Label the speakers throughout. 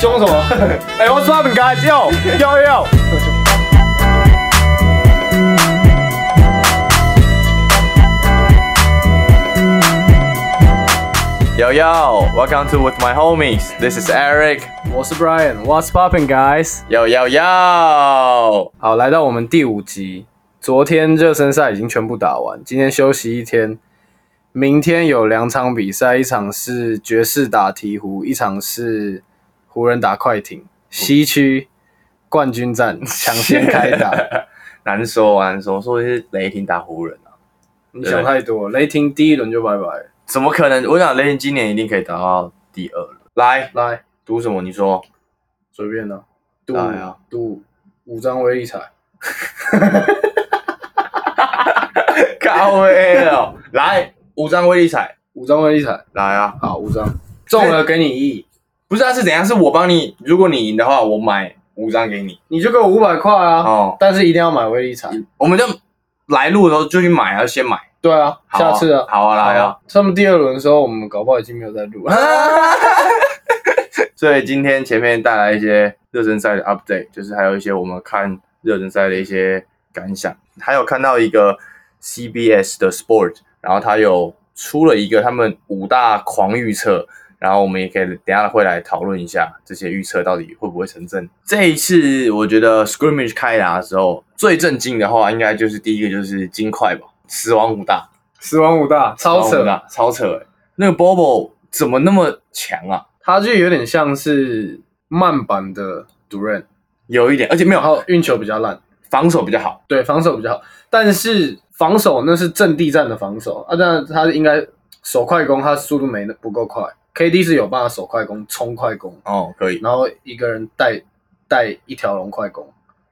Speaker 1: 凶什么？ 哎、w h a t s up, guys? Yo, yo, yo.
Speaker 2: yo yo, welcome to with my homies. This is Eric.
Speaker 1: 我是 Brian. What's popping, guys?
Speaker 2: yo yo yo，
Speaker 1: 好，来到我们第五集。昨天热身赛已经全部打完，今天休息一天。明天有两场比赛，一场是爵士打鹈鹕，一场是湖人打快
Speaker 2: 嗯
Speaker 1: 艇。西区冠军战抢先开打。
Speaker 2: 难说啊难说，说的是雷霆打湖人啊，
Speaker 1: 你想太多，雷霆第一轮就拜拜。
Speaker 2: 怎么可能？我想雷霆今年一定可以打到第二轮。来，
Speaker 1: 来，
Speaker 2: 赌什么？你说，
Speaker 1: 随便啦，赌
Speaker 2: 来啊
Speaker 1: 赌五张威力彩。
Speaker 2: 高威哦，来五张威力彩，
Speaker 1: 五张威力彩，
Speaker 2: 来啊！
Speaker 1: 好，五张中了给你一亿，
Speaker 2: 不是啊，是怎样？是我帮你，如果你赢的话，我买五张给你。
Speaker 1: 你就给我五百块啊！
Speaker 2: 哦，
Speaker 1: 但是一定要买威力彩。
Speaker 2: 我们就来路的时候就去买啊，先买。
Speaker 1: 对啊，
Speaker 2: 好
Speaker 1: 下
Speaker 2: 啊
Speaker 1: 次啊，
Speaker 2: 好啊，来啊！
Speaker 1: 他们第二轮的时候，我们搞不好已经没有在录了。
Speaker 2: 所以今天前面带来一些热身赛的 update，就是还有一些我们看热身赛的一些感想，还有看到一个 CBS 的 Sport，然后它有出了一个他们五大狂预测，然后我们也可以等一下会来讨论一下这些预测到底会不会成真。这一次我觉得 scrimmage 开打的时候最震惊的话，应该就是第一个就是金块吧，死亡五大，
Speaker 1: 死亡五大超
Speaker 2: 死亡
Speaker 1: 扯
Speaker 2: 五，大，超扯、欸，那个 Bobo 怎么那么强啊？
Speaker 1: 他就有点像是慢版的 Duran，
Speaker 2: 有一点，而且没有
Speaker 1: 然，后运球比较烂，
Speaker 2: 防守比较好。
Speaker 1: 对，防守比较好。但是防守那是阵地战的防守啊，但他应该手快攻，他速度没那不够快。KD 是有办法手快攻、冲快攻，
Speaker 2: 哦，可以，
Speaker 1: 然后一个人带带一条龙快攻，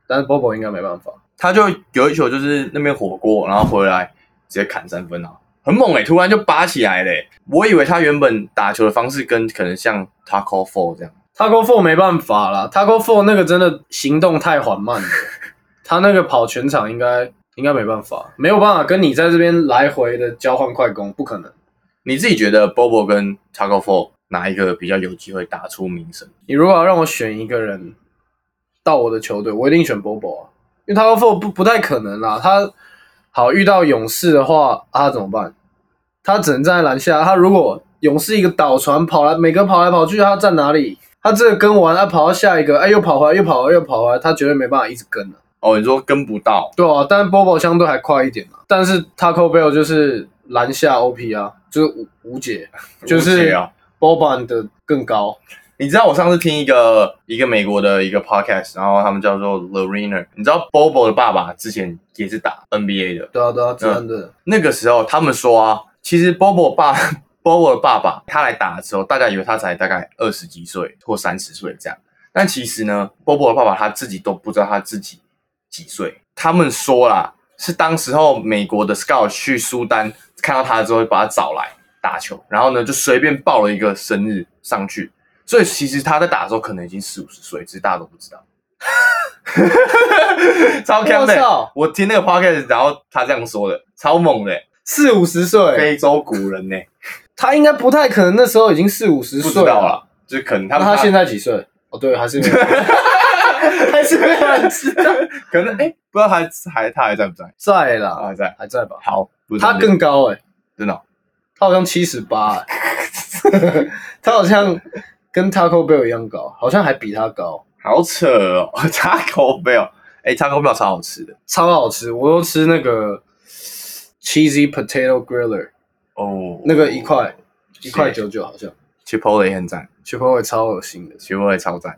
Speaker 1: 但是 Bobo 应该没办法。
Speaker 2: 他就有一球就是那边火锅，然后回来直接砍三分啊，很猛哎、突然就拔起来嘞、我以为他原本打球的方式跟可能像 Taco Four 这样，
Speaker 1: Taco Four 没办法啦，Taco Four 那个真的行动太缓慢了，他那个跑全场应该应该没办法，没有办法跟你在这边来回的交换快攻，不可能。
Speaker 2: 你自己觉得 Bobo 跟 Taco Four 哪一个比较有机会打出名声？
Speaker 1: 你如果要让我选一个人到我的球队，我一定选 Bobo 啊，因为 Taco Four 不不太可能啦。他好遇到勇士的话，啊他怎么办？他只能站在篮下。他如果勇士一个倒传跑来，每个跑来跑去，他站哪里？他这个跟完，他跑到下一个，哎，又跑回来，又跑回来，又跑回来，他绝对没办法一直跟的、啊
Speaker 2: 哦，你说跟不到，
Speaker 1: 对啊，但 Bobo 相对还快一点啊。但是 Taco Bell 就是篮下 OP 啊，就是无无解，就
Speaker 2: 无
Speaker 1: 是
Speaker 2: 解啊
Speaker 1: Boban 的更高。
Speaker 2: 你知道我上次听一个一个美国的一个 podcast，然后他们叫做 Lorena，你知道 Bobo 的爸爸之前也是打 NBA 的，
Speaker 1: 对啊，对啊，自然的。
Speaker 2: 那个时候他们说啊，其实 Bobo 爸 Bobo 的爸爸他来打的时候，大家以为他才大概二十几岁或三十岁这样，但其实呢，Bobo 的爸爸他自己都不知道他自己几岁。他们说啦，是当时候美国的 scout 去苏丹看到他之后，把他找来打球，然后呢就随便报了一个生日上去，所以其实他在打的时候可能已经四五十岁，只是大家都不知道。 超强的
Speaker 1: 我操！
Speaker 2: 我听那个 podcast，然后他这样说的，超猛的、
Speaker 1: 四五十岁，
Speaker 2: 非洲古人呢、
Speaker 1: 他应该不太可能那时候已经四五十
Speaker 2: 不知
Speaker 1: 岁啊
Speaker 2: 道。啦，就可能他
Speaker 1: 那
Speaker 2: 们
Speaker 1: 他现在几岁？哦，对，还是没有人， 还是没有人知道。
Speaker 2: 可能哎、不知道他还他还在不在？
Speaker 1: 在
Speaker 2: 他
Speaker 1: 啦，
Speaker 2: 还在。
Speaker 1: 还在吧？
Speaker 2: 好，不是
Speaker 1: 他更高哎、
Speaker 2: 真的哦
Speaker 1: 他好像七十八 哎，他好像跟 Taco Bell 一样高，好像还比他高。
Speaker 2: 好扯哦， 叉口贝哦，哎，叉口贝超好吃的
Speaker 1: 超好吃，我都吃那个 cheesy potato griller，
Speaker 2: 哦，
Speaker 1: 那个一块
Speaker 2: 谢
Speaker 1: 一块九九好像
Speaker 2: ，Chipotle 也很赞
Speaker 1: ，Chipotle 超恶心的，
Speaker 2: ，Chipotle 超赞，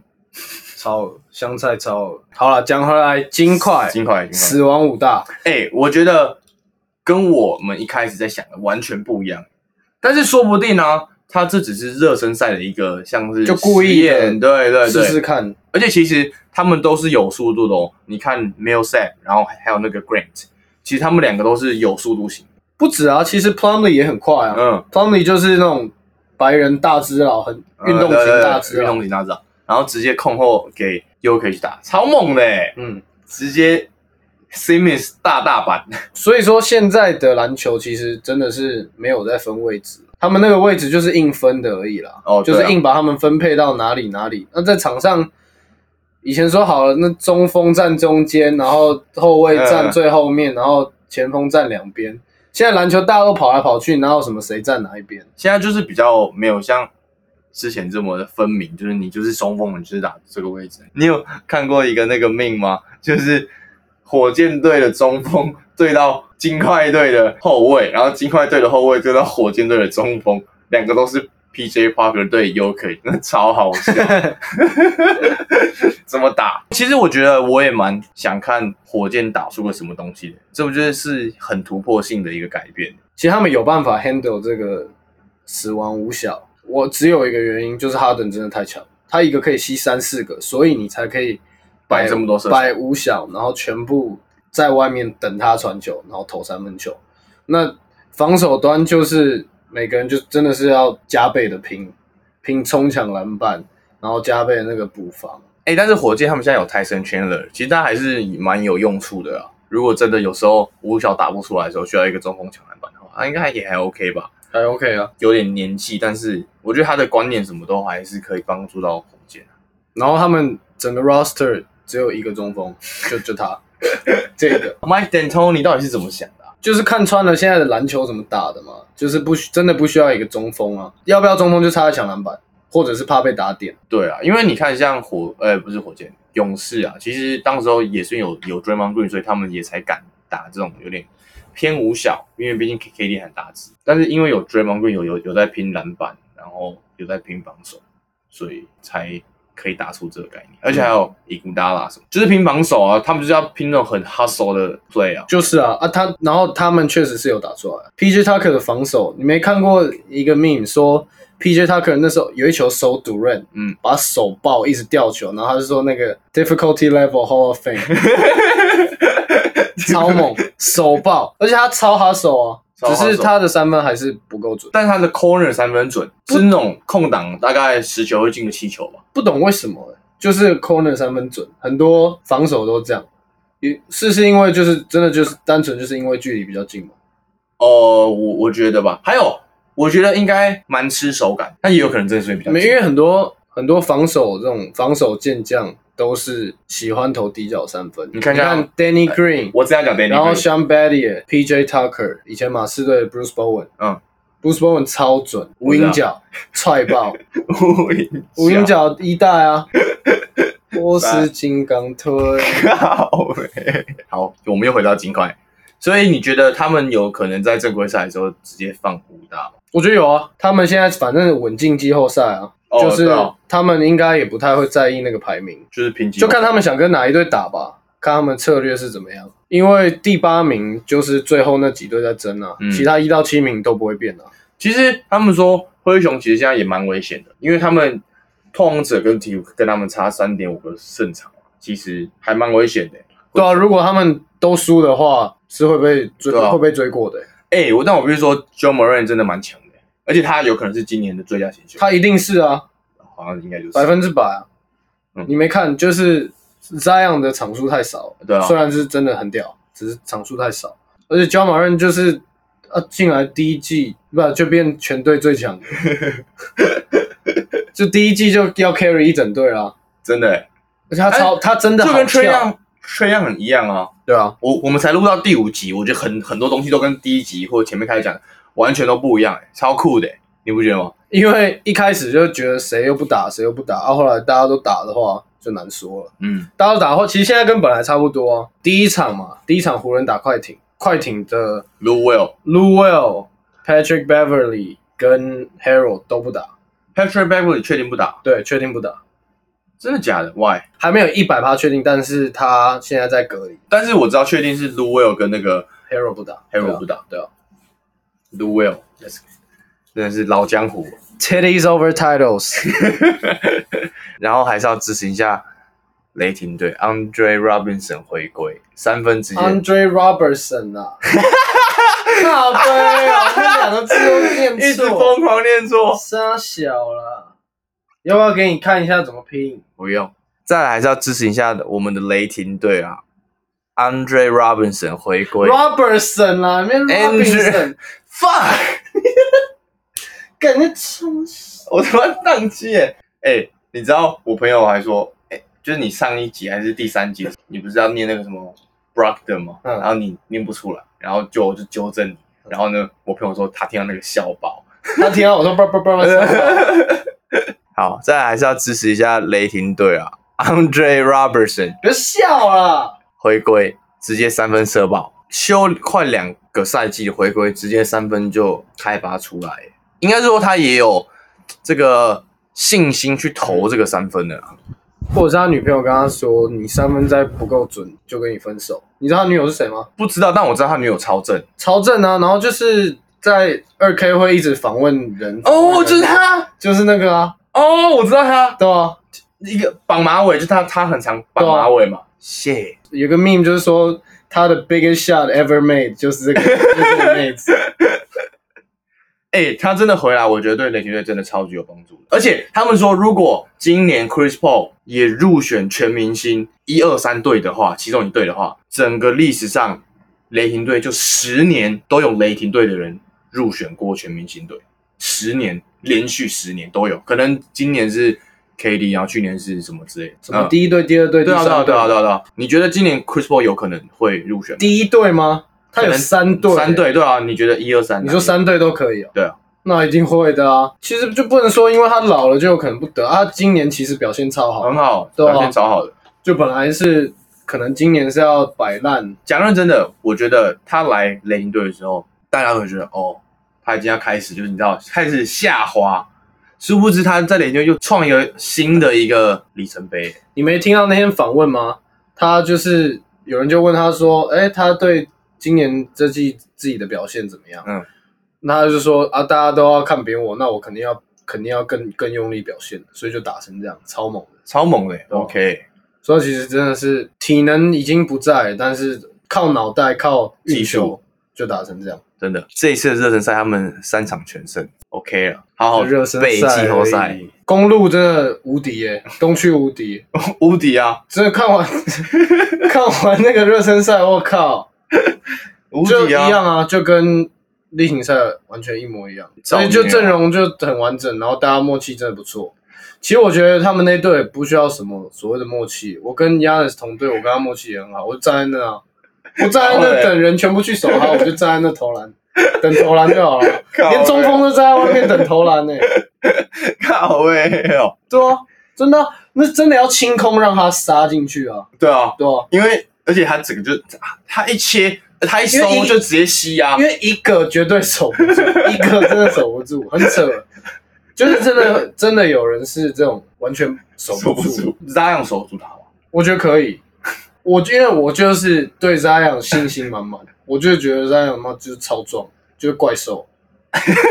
Speaker 1: 超恶香菜超恶。好了，讲回来，金块
Speaker 2: 金块金块，
Speaker 1: 死亡五大，
Speaker 2: 哎，我觉得跟我们一开始在想的完全不一样，但是说不定呢、啊，他这只是热身赛的一个像是
Speaker 1: 就故意的
Speaker 2: 实验对对对，
Speaker 1: 试试看。
Speaker 2: 而且其实他们都是有速度的哦。你看 m i l s a p 然后还有那个 Grant，其实他们两个都是有速度型。
Speaker 1: 不止啊，其实 Plumley 也很快啊、
Speaker 2: 嗯，
Speaker 1: p l u m l e y 就是那种白人大只佬，很运动
Speaker 2: 啊
Speaker 1: 型大只
Speaker 2: 呃运
Speaker 1: 啊佬，
Speaker 2: 动型大只啊佬，然后直接控后给 UK 去打，超猛的欸，
Speaker 1: 嗯，
Speaker 2: 直接 Simmons 大大版，
Speaker 1: 所以说现在的篮球其实真的是没有在分位置，他们那个位置就是硬分的而已啦。
Speaker 2: 哦
Speaker 1: 就
Speaker 2: 对啊
Speaker 1: 是硬把他们分配到哪里哪里。那在场上，以前说好了，那中锋站中间，然后后卫站
Speaker 2: 嗯
Speaker 1: 最后面，然后前锋站两边。现在篮球大家都跑来跑去，哪有什么谁站哪一边？
Speaker 2: 现在就是比较没有像之前这么的分明，就是你就是中锋，你就是打这个位置。你有看过一个那个命吗？ 就是火箭队的中锋对到金块队的后卫，然后金块队的后卫对到火箭队的中锋，两个都是 PJ Parker 对 u k 那超好笑， 怎么打？其实我觉得我也蛮想看火箭打出个什么东西的，这不就是很突破性的一个改变？
Speaker 1: 其实他们有办法 handle 这个死亡五小。我只有一个原因，就是哈登真的太强，他一个可以吸三四个，所以你才可以
Speaker 2: 摆这么多射手
Speaker 1: 摆五小，然后全部在外面等他传球，然后投三分球。那防守端就是每个人就真的是要加倍的拼，拼冲抢篮板，然后加倍的那个补防。
Speaker 2: 哎、但是火箭他们现在有泰森圈了，其实他还是蛮有用处的啊。如果真的有时候五小打不出来的时候，需要一个中锋抢篮板的话，啊他应该也还 OK 吧。
Speaker 1: 还 OK 啊，
Speaker 2: 有点年纪，但是我觉得他的观念什么都还是可以帮助到火箭。啊
Speaker 1: 然后他们整个 roster 只有一个中锋，就 就他这个。
Speaker 2: Mike D'Antoni 到底是怎么想的啊、
Speaker 1: 就是看穿了现在的篮球怎么打的嘛，就是不需真的不需要一个中锋啊，要不要中锋就差在抢篮板，或者是怕被打点。
Speaker 2: 对啊，因为你看像火，呃、不是火箭，勇士啊，其实当时候也是有有 Draymond Green，所以他们也才敢打这种有点偏五小，因为毕竟 KD 很大只，但是因为有 Draymond Green 有有有在拼篮板，然后有在拼防守，所以才可以打出这个概念，而且还有伊古达拉什么，就是拼防守啊，他们就是要拼那种很 hustle 的 play 啊，
Speaker 1: 就是啊啊他，然后他们确实是有打出来。P.J. Tucker 的防守，你没看过一个 meme 说 P.J. Tucker 那时候有一球手 d u r a n
Speaker 2: 嗯，
Speaker 1: 把手抱一直吊球，然后他就说那个 difficulty level Hall of Fame 超猛，手抱，而且他超哈手啊，
Speaker 2: 超
Speaker 1: 只
Speaker 2: hustle
Speaker 1: 是他的三分还是不够准。
Speaker 2: 但是他的 corner 三分准，是那种空档大概十球会进个七球吧。
Speaker 1: 不懂为什么、欸，就是 corner 三分准，很多防守都这样。也是是因为就是真的就是单纯就是因为距离比较近嘛。
Speaker 2: 哦，我我觉得吧，还有我觉得应该蛮吃手感，但也有可能真的是比较
Speaker 1: 没因
Speaker 2: 近
Speaker 1: 为很多很多防守这种防守健将都是喜欢投底角三分。
Speaker 2: 你看啊像
Speaker 1: Danny
Speaker 2: 哎
Speaker 1: Green，
Speaker 2: 我这样讲给你，
Speaker 1: 然后 Sean b a d i e P.J. Tucker，以前马刺队的 Bruce Bowen，
Speaker 2: 嗯
Speaker 1: ，Bruce Bowen 超准，无
Speaker 2: 我知道啊
Speaker 1: 影 脚踹爆，
Speaker 2: 无 影
Speaker 1: 无影脚一代 啊，波斯金刚推。
Speaker 2: 靠欸 好，我们又回到金块，所以你觉得他们有可能在正规赛的时候直接放五大吗？
Speaker 1: 我觉得有啊，他们现在反正稳进季后赛啊，
Speaker 2: 哦
Speaker 1: 就是
Speaker 2: 对啊
Speaker 1: 他们应该也不太会在意那个排名，
Speaker 2: 就是平级，
Speaker 1: 就看他们想跟哪一队打吧，看他们策略是怎么样。因为第八名就是最后那几队在争啊，
Speaker 2: 嗯
Speaker 1: 其他一到七名都不会变啊。
Speaker 2: 其实他们说灰熊其实现在也蛮危险的，因为他们拓荒者跟鹈鹕跟他们差三点五个胜场，其实还蛮危险的。
Speaker 1: 对啊，如果他们都输的话，是会被追、
Speaker 2: 对啊
Speaker 1: 会被追过的欸、
Speaker 2: 哎、我但我必须说，Joe Moran 真的蛮强的，而且他有可能是今年的最佳新秀，
Speaker 1: 他一定是啊，
Speaker 2: 好像应该就是
Speaker 1: 百分之百啊。
Speaker 2: 嗯
Speaker 1: 你没看，就是这样的场数太少，
Speaker 2: 对啊
Speaker 1: 虽然是真的很屌，只是场数太少。而且焦马任就是啊，进来第一季不就变全队 最强的，就第一季就要 carry 一整队啦。
Speaker 2: 真的、欸，
Speaker 1: 而且他超、他真的
Speaker 2: 就
Speaker 1: 好
Speaker 2: 跟崔
Speaker 1: 跳，
Speaker 2: 样崔样很一样啊。
Speaker 1: 对啊，
Speaker 2: 我我们才录到第五集，我觉得很很多东西都跟第一集或者前面开始讲的完全都不一样、欸，超酷的欸、你不觉得吗？
Speaker 1: 因为一开始就觉得谁又不打谁又不打，啊，后来大家都打的话就难说了。
Speaker 2: 嗯，
Speaker 1: 大家都打后，其实现在跟本来差不多、啊。第一场嘛，第一场湖人打快艇，快艇的
Speaker 2: l u w e l
Speaker 1: l u w e l Patrick Beverly 跟 Harold 都不打，
Speaker 2: Patrick Beverly 确定不打，
Speaker 1: 对，确定不打，
Speaker 2: 真的假的？Why？
Speaker 1: 还没有一百趴确定，但是他现在在隔离
Speaker 2: 但是我知道确定是 l u w e l 跟那个
Speaker 1: ，Harold 不打
Speaker 2: Harold 不打
Speaker 1: 对啊。
Speaker 2: l u w e l 真的是老江湖。
Speaker 1: Titties over titles，
Speaker 2: 然后还是要支持一下雷霆队 Andre Robinson 回归，三分直接
Speaker 1: Andre Robertson 啊，好 对啊，这两个字都
Speaker 2: 一
Speaker 1: 念
Speaker 2: 直
Speaker 1: 错，
Speaker 2: 疯狂念错，
Speaker 1: 沙小啦，要不要给你看一下怎么拼？
Speaker 2: 不用。再来还是要支持一下我们的雷霆队啊， Andre Robinson 回归
Speaker 1: Robertson 啦，那边 Robinson，
Speaker 2: ，fuck，
Speaker 1: 感觉真是
Speaker 2: 我突然宕机耶！哎、你知道我朋友还说，哎、就是你上一集还是第三集，你不是要念那个什么 Brogdon 吗？
Speaker 1: 嗯
Speaker 2: 然后你念不出来，然后就我就纠正你。然后呢，我朋友说他听到那个笑爆。
Speaker 1: 他听到我说叭叭叭叭叭，
Speaker 2: 好，再来还是要支持一下雷霆队啊，Andre Robertson
Speaker 1: 别笑啦。
Speaker 2: 回归，直接三分射爆，休快两个赛季回归，直接三分就开发出来。应该说他也有这个信心去投这个三分的、啊。
Speaker 1: 或者是他女朋友跟他说：“你三分再不够准，就跟你分手。”你知道他女友是谁吗？
Speaker 2: 不知道，但我知道他女友超正
Speaker 1: 曹正啊，然后就是在二 K 会一直访问人
Speaker 2: 哦，就是，他
Speaker 1: 就是那个啊，
Speaker 2: 哦，我知道他
Speaker 1: 对啊，
Speaker 2: 一个绑马尾，就是他他很常绑马尾嘛。谢、
Speaker 1: 有个 meme 就是说他的 biggest shot ever made 就 是这个，就是这个妹子，
Speaker 2: 哎、他真的回来，我觉得对雷霆队真的超级有帮助的。而且他们说，如果今年 Chris Paul 也入选全明星一二三队的话，其中一队的话，整个历史上雷霆队就十年都有雷霆队的人入选过全明星队，十年连续十年都有。可能今年是 KD，然后去年是什么之类的，
Speaker 1: 什么
Speaker 2: 嗯
Speaker 1: 第一队、第二队、第
Speaker 2: 对啊，
Speaker 1: 三
Speaker 2: 对啊，
Speaker 1: 队，
Speaker 2: 对啊，对啊，对啊！你觉得今年 Chris Paul 有可能会入选吗？
Speaker 1: 第一队吗？他有三队，
Speaker 2: 三，队，对啊，你觉得一二三？
Speaker 1: 你说三队都可以哦。
Speaker 2: 对啊，
Speaker 1: 那一定会的啊。其实就不能说，因为他老了就有可能不得啊。他今年其实表现超好
Speaker 2: 很，好，
Speaker 1: 对啊
Speaker 2: 表现超好的。
Speaker 1: 就本来是可能今年是要摆烂，
Speaker 2: 讲认真的，我觉得他来雷霆队的时候，大家会觉得哦，他已经要开始，就是你知道开始下滑。殊不知他在雷霆队又创一个新的一个里程碑。
Speaker 1: 你没听到那天访问吗？他就是有人就问他说：“哎、他对今年这季自己的表现怎么样？”
Speaker 2: 嗯，
Speaker 1: 那他就说：“啊，大家都要看扁我，那我肯定要肯定要更更用力表现，所以就打成这样，超猛的。
Speaker 2: 超猛的、
Speaker 1: 对啊
Speaker 2: OK，
Speaker 1: 所以其实真的是体能已经不在，但是靠脑袋靠
Speaker 2: 技
Speaker 1: 运
Speaker 2: 术
Speaker 1: 球就打成这样。
Speaker 2: 真的，这一次的热身赛他们三场全胜，OK 了，好好
Speaker 1: 就热身
Speaker 2: 备
Speaker 1: 赛
Speaker 2: 哦季后
Speaker 1: 而已
Speaker 2: 赛，
Speaker 1: 公路真的无敌耶、东区无敌。
Speaker 2: 无敌啊，
Speaker 1: 真的看完 看完那个热身赛，我靠！
Speaker 2: 无
Speaker 1: 就一
Speaker 2: 敌啊，
Speaker 1: 样啊，就跟例行赛完全一模一样，
Speaker 2: 造孽
Speaker 1: 所
Speaker 2: 啊
Speaker 1: 以就阵容就很完整，然后大家默契真的不错。其实我觉得他们那队也不需要什么所谓的默契，我跟 Yanis 同队，我跟他默契也很好，我就站在那啊，我站在
Speaker 2: 靠
Speaker 1: 那
Speaker 2: 北
Speaker 1: 等人全部去守他，我就站在那投篮，等投篮就好了，
Speaker 2: 靠哎
Speaker 1: 连中锋都站在外面等投篮呢、
Speaker 2: 靠位哦，
Speaker 1: 对啊，真的啊、那真的要清空让他杀进去啊，
Speaker 2: 对啊，
Speaker 1: 对啊，
Speaker 2: 因为而且他整个就他一切他一
Speaker 1: 因
Speaker 2: 收
Speaker 1: 为一
Speaker 2: 就直接吸啊
Speaker 1: 因，为一个绝对守不住，一个真的守不住，很 扯。就是真的，真的有人是这种完全守不住。
Speaker 2: 扎样守住他吧。
Speaker 1: 我觉得可以，我因为我就是对 Zion 信心满满，我就觉得 Zion 嘛就是超壮，就是怪兽，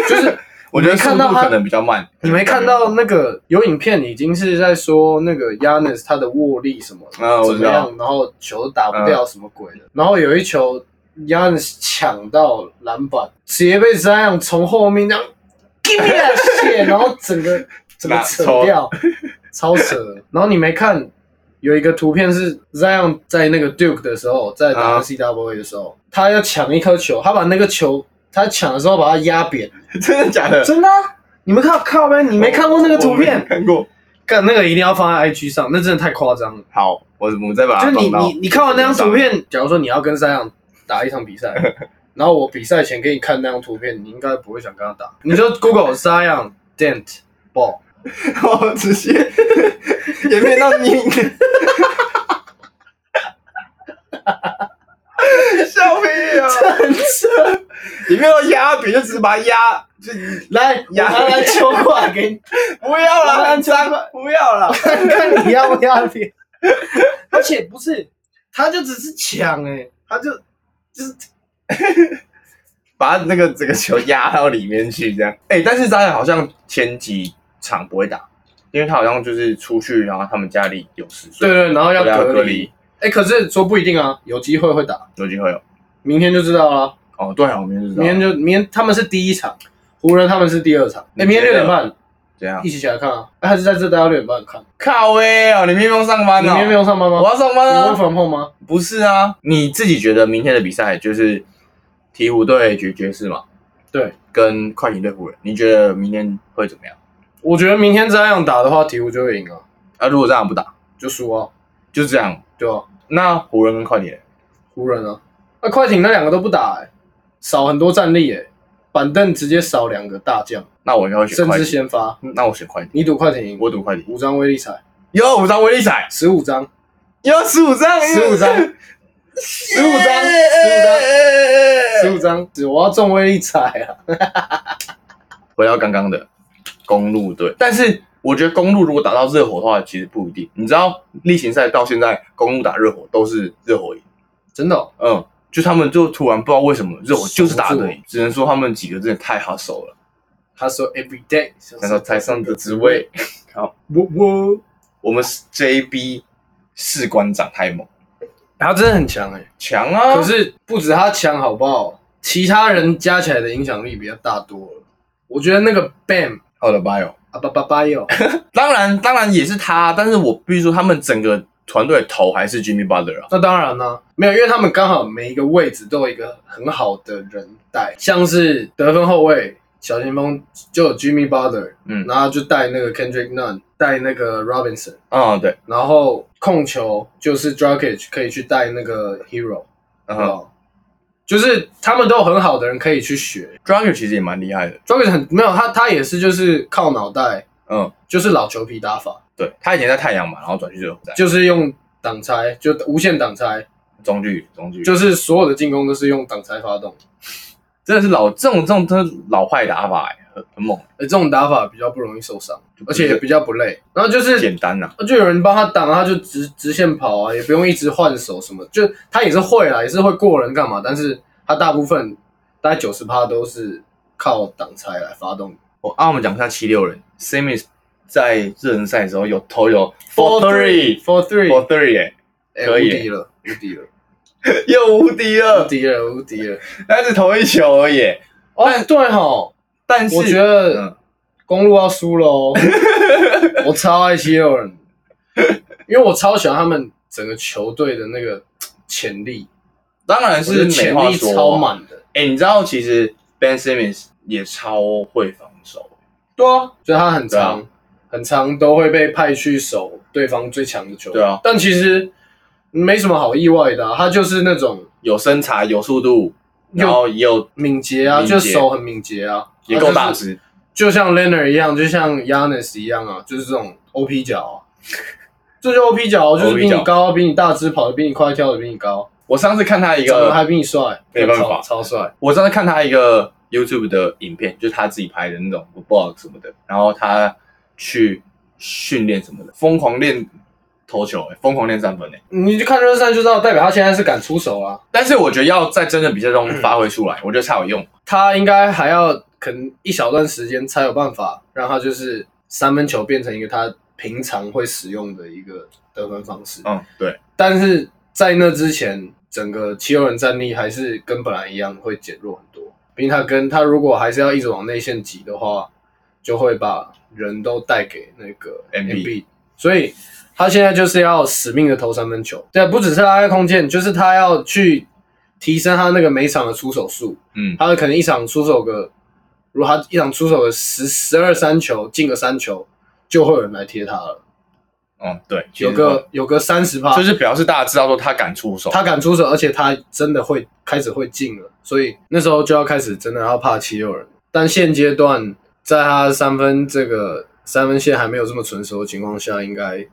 Speaker 1: 就是
Speaker 2: 我觉得
Speaker 1: 你没看
Speaker 2: 速
Speaker 1: 到
Speaker 2: 度
Speaker 1: 他
Speaker 2: 可能比较慢，
Speaker 1: 你没看到那个有影片已经是在说那个 Yanis 他的握力什么
Speaker 2: 啊我
Speaker 1: 怎
Speaker 2: 知
Speaker 1: 么
Speaker 2: 道嗯
Speaker 1: 样，然后球打不掉什么鬼的，然后有一球 Yanis 抢到篮板，直接被 Zion 从后面这样 give me that shit，然后整 个整个
Speaker 2: 拿
Speaker 1: 扯
Speaker 2: 抽
Speaker 1: 掉，超扯的。然后你没看有一个图片是 Zion 在那个 Duke 的时候，在打
Speaker 2: 啊
Speaker 1: NCAA 的时候，他要抢一颗球，他把那个球他抢的时候把它压扁。
Speaker 2: 真的假的？
Speaker 1: 真的啊、你们看靠呗，你没看过那个图
Speaker 2: 我没
Speaker 1: 片？
Speaker 2: 看过。
Speaker 1: 看那个一定要放在 IG 上，那真的太夸张了。
Speaker 2: 好，我我们再把
Speaker 1: 就
Speaker 2: 它
Speaker 1: 是你
Speaker 2: 放到
Speaker 1: 你你看完那张图，片，假如说你要跟三阳打一场比赛， 然后我比赛前给你看那张图片，你应该不会想跟他打。你就 Google 三阳 Dent Ball，
Speaker 2: 我直接演变到你， 笑屁啊！你没有压扁，就只是把它压，就
Speaker 1: 来，我
Speaker 2: 呀
Speaker 1: 拿篮球过来给你
Speaker 2: 不要
Speaker 1: 我
Speaker 2: 了，
Speaker 1: 按
Speaker 2: 很
Speaker 1: 错
Speaker 2: 脏，不要了。
Speaker 1: 看看你要不要 脸。而且不是，他就只是抢哎、他就就是
Speaker 2: 把那个整个球压到里面去，这样。哎、但是扎眼好像前几场不会打，因为他好像就是出去，然后他们家里有事，所
Speaker 1: 对
Speaker 2: 以
Speaker 1: 对，然后要
Speaker 2: 要
Speaker 1: 隔
Speaker 2: 隔
Speaker 1: 离
Speaker 2: 离。，
Speaker 1: 哎、可是说不一定啊，有机会会打，
Speaker 2: 有机会哦。
Speaker 1: 明天就知道了。
Speaker 2: 哦，对啊，我明天就知道。
Speaker 1: 明天就明天他们是第一场，湖人他们是第二场。哎、
Speaker 2: 你
Speaker 1: 明天
Speaker 2: 觉得
Speaker 1: 六点半，
Speaker 2: 怎样
Speaker 1: 一？起起来看啊！哎还是在这待到六点半看？
Speaker 2: 靠威哦，你明天不用上班
Speaker 1: 你
Speaker 2: 哦？
Speaker 1: 明天没有上班吗？
Speaker 2: 我要上班
Speaker 1: 你
Speaker 2: 啊！
Speaker 1: 问粉后吗？
Speaker 2: 不是啊，你自己觉得明天的比赛就是鹈鹕对爵爵士嘛，
Speaker 1: 对，
Speaker 2: 跟快艇对湖人，你觉得明天会怎么样？
Speaker 1: 我觉得明天这样打的话，鹈鹕就会赢啊，
Speaker 2: 啊，如果这样不打，
Speaker 1: 就输啊，
Speaker 2: 就这样，
Speaker 1: 对啊，
Speaker 2: 那湖人跟快艇，
Speaker 1: 湖人啊，那、快艇那两个都不打、欸，少很多战力、欸，板凳直接少两个大将，
Speaker 2: 那我应该会选
Speaker 1: 甚
Speaker 2: 快
Speaker 1: 至
Speaker 2: 艇，
Speaker 1: 先发。
Speaker 2: 嗯那我选快艇，
Speaker 1: 你赌快艇赢？
Speaker 2: 我赌快艇，
Speaker 1: 五张威力彩，
Speaker 2: 有五张威力彩，
Speaker 1: 十五张，
Speaker 2: 有十五张，
Speaker 1: 十五张，十五张，十
Speaker 2: 十
Speaker 1: 五张，十五张，只我要中威力彩啊！
Speaker 2: 回到刚刚的公路队，但是我觉得公路如果打到热火的话，其实不一定。你知道例行赛到现在，公路打热火都是热火赢，
Speaker 1: 真的、哦，
Speaker 2: 嗯，就他们就突然不知道为什么热火就是打
Speaker 1: 守
Speaker 2: 得
Speaker 1: 不
Speaker 2: 赢，只能说他们几个真的太好手了，
Speaker 1: 他说 every day，
Speaker 2: 难道台上的职位？
Speaker 1: 我我，
Speaker 2: 我们 JB 士官长太猛，
Speaker 1: 他真的很强哎、
Speaker 2: 强啊！
Speaker 1: 可是不止他强，好不好？其他人加起来的影响力比较大多了。我觉得那个 Bam
Speaker 2: 好的 bio，
Speaker 1: 啊巴巴巴哟，
Speaker 2: 当然当然也是他，但是我必须说他们整个团队的头还是 Jimmy Butler 啊。
Speaker 1: 那当然啦、没有，因为他们刚好每一个位置都有一个很好的人带，像是得分后卫小前锋就有 Jimmy Butler，
Speaker 2: 嗯
Speaker 1: 然后就带那个 Kendrick Nunn，带那个 Robinson，
Speaker 2: 嗯，对，
Speaker 1: 然后控球就是 d r a g i c 可以去带那个 Hero，
Speaker 2: 嗯哼
Speaker 1: 哦，就是他们都有很好的人可以去学。
Speaker 2: d r a g o n 其实也蛮厉害的，
Speaker 1: d r a g i c 很没有他，他也是就是靠脑袋，
Speaker 2: 嗯。
Speaker 1: 就是老球皮打法，
Speaker 2: 对他以前在太阳嘛，然后转去热火，在
Speaker 1: 就是用挡拆，就无限挡拆，
Speaker 2: 中距中距，就
Speaker 1: 就是所有的进攻都是用挡拆发动。
Speaker 2: 真的是老这种这种真的是老坏打法、欸，很很猛，
Speaker 1: 呃，这种打法比较不容易受伤，
Speaker 2: 不
Speaker 1: 而
Speaker 2: 是
Speaker 1: 且也比较不累。然后就是啊
Speaker 2: 简单呐、
Speaker 1: 就有人帮他挡，他就直直线跑啊，也不用一直换手什么，就他也是会啦，也是会过人干嘛，但是他大部分大概九十趴都是靠挡拆来发动。
Speaker 2: 我啊，我们讲一下七六人，Simmons 在热身赛的时候有投有
Speaker 1: four
Speaker 2: four
Speaker 1: three，
Speaker 2: three，哎，
Speaker 1: 哎，
Speaker 2: 可
Speaker 1: 无
Speaker 2: 以
Speaker 1: 敌了，无敌了，
Speaker 2: 又无敌
Speaker 1: 无
Speaker 2: 了，
Speaker 1: 敌了，无敌了。
Speaker 2: 但是投一球而已欸，
Speaker 1: 哦，对吼，
Speaker 2: 但是
Speaker 1: 我觉得
Speaker 2: 嗯
Speaker 1: 公路要 输喽。我超爱七六人，因为我超喜欢他们整个球队的那个潜力，
Speaker 2: 当然是
Speaker 1: 我觉得
Speaker 2: 没
Speaker 1: 潜
Speaker 2: 话
Speaker 1: 力
Speaker 2: 说，
Speaker 1: 超。满的。
Speaker 2: 哎、你知道其实 Ben Simmons 也超会防守，
Speaker 1: 对啊，所以他很
Speaker 2: 对
Speaker 1: 长很长都会被派去守对方最强的球队。
Speaker 2: 对啊
Speaker 1: 但其实没什么好意外的啊、他就是那种
Speaker 2: 有身材有速度，
Speaker 1: 又
Speaker 2: 然后也有
Speaker 1: 敏捷啊，
Speaker 2: 敏捷
Speaker 1: 就手很敏捷啊，
Speaker 2: 也够大
Speaker 1: 他就是
Speaker 2: 只，
Speaker 1: 就像 Leonard 一样，就像 Yanis 一样啊，就是这种 OP 脚、啊， 这就 OP 脚、啊就是比
Speaker 2: OP 脚
Speaker 1: 你高、比你大只、跑得比你快、跳得比你高，
Speaker 2: 我上次看他一
Speaker 1: 长
Speaker 2: 个
Speaker 1: 得还比你帅，
Speaker 2: 没办法
Speaker 1: 超超帅。
Speaker 2: 我上次看他一个 YouTube 的影片，就是他自己拍的那种 vlog 什么的，然后他去训练什么的，疯狂练投球、欸，疯狂练三分诶、欸。
Speaker 1: 你去看热身赛就知道，代表他现在是敢出手啊。
Speaker 2: 但是我觉得要在真正比赛中发挥出来，我觉得才有用。
Speaker 1: 他应该还要可能一小段时间才有办法让他就是三分球变成一个他平常会使用的一个得分方式。
Speaker 2: 嗯，对，
Speaker 1: 但是在那之前，整个七六人战力还是跟本来一样会减弱很多。毕竟他跟他如果还是要一直往内线挤的话，就会把人都带给那个
Speaker 2: MB
Speaker 1: MB，所以他现在就是要死命的投三分球。对，不只是拉开空间，就是他要去提升他那个每场的出手数。
Speaker 2: 嗯，
Speaker 1: 他可能一场出手个，如果他一场出手个十十二三球进个三球，就会有人来贴他了。
Speaker 2: 嗯，对，其实
Speaker 1: 有个有个三十趴，
Speaker 2: 就是表示大家知道说他敢出手，
Speaker 1: 他敢出手，而且他真的会开始会进了，所以那时候就要开始真的要怕七六人。但现阶段在他三分这个三分线还没有这么成熟的情况下，应该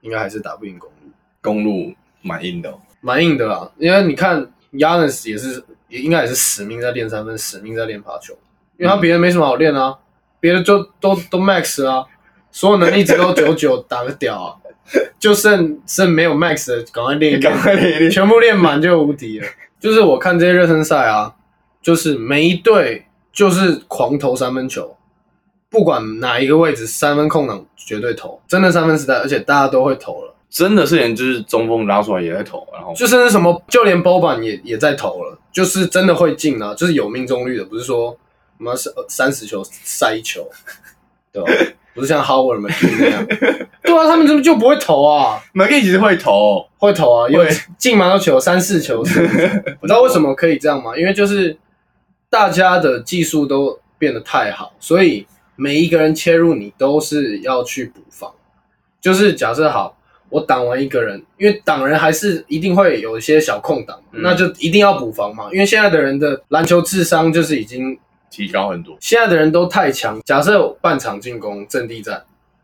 Speaker 1: 应该还是打不赢公路，
Speaker 2: 公路蛮硬的哦、
Speaker 1: 蛮硬的啦。因为你看 Yanis 也是也应该也是死命在练三分，死命在练罚球，因为他别的没什么好练啊，别的就都都 max 啊，所有能力值都九九打个屌啊，就剩剩没有 max 的，赶快练一练
Speaker 2: 赶。快练一
Speaker 1: 你
Speaker 2: 练。
Speaker 1: 全部练满就无敌了。就是我看这些热身赛啊，就是每一队就是狂投三分球，不管哪一个位置，三分空档绝对投，真的三分时代，而且大家都会投了。
Speaker 2: 真的是连就是中锋拉出来也在投，然后
Speaker 1: 就甚至什么，就连包板也也在投了，就是真的会进啊，就是有命中率的，不是说什么三三十球塞一球，对吧？不是像 Howard 们那样，对啊，他们怎么就不会投啊？
Speaker 2: McGee 其实会投，
Speaker 1: 会投啊，有
Speaker 2: 会
Speaker 1: 进蛮多球，三四 球。你知道为什么可以这样吗？因为就是大家的技术都变得太好，所以每一个人切入你都是要去补防。就是假设好，我挡完一个人，因为挡人还是一定会有一些小空档，
Speaker 2: 嗯
Speaker 1: 那就一定要补防嘛。因为现在的人的篮球智商就是已经，
Speaker 2: 提高很多。
Speaker 1: 现在的人都太强。假设半场进攻阵地战。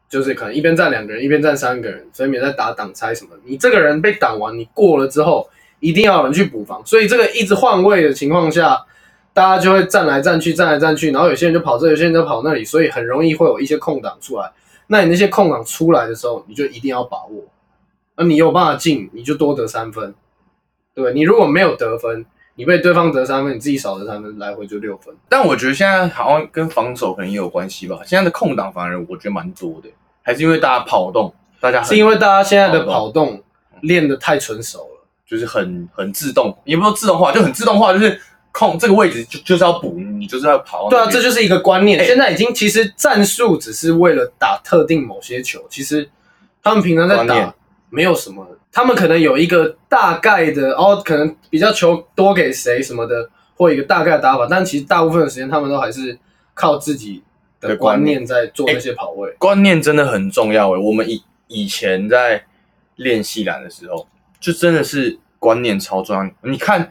Speaker 1: 就是可能一边站两个人，一边站三个人，分别在打挡拆什么的。你这个人被挡完，你过了之后，一定要有人去补防。所以这个一直换位的情况下，大家就会站来站去，站来站去，然后有些人就跑这，有些人就跑那里，所以很容易会有一些空档出来。那你那些空档出来的时候，你就一定要把握。那你有办法进，你就多得三分。对你如果没有得分，你被对方得三分，你自己少得三分，来回就六分。
Speaker 2: 但我觉得现在好像跟防守可能也有关系吧。现在的空档反而我觉得蛮多的，还是因为大家跑动，大家
Speaker 1: 是
Speaker 2: 很
Speaker 1: 因为大家现在的
Speaker 2: 跑
Speaker 1: 跑动练得太纯熟了。
Speaker 2: 就是很很自动，也不是说自动化，就很自动化，就是空这个位置就就是要补，你就是要跑
Speaker 1: 对
Speaker 2: 到
Speaker 1: 啊，
Speaker 2: 那边。
Speaker 1: 这就是一个观念。
Speaker 2: 哎
Speaker 1: 现在已经其实战术只是为了打特定某些球，其实他们平常在
Speaker 2: 观念
Speaker 1: 打没有什么，他们可能有一个大概的，哦，可能比较球多给谁什么的，或一个大概的打法，但其实大部分的时间他们都还是靠自己的
Speaker 2: 的观
Speaker 1: 观
Speaker 2: 念
Speaker 1: 念在做那些跑位。
Speaker 2: 观念真的很重要诶。欸我们以以前在练习篮的时候，就真的是观念超重要。你看，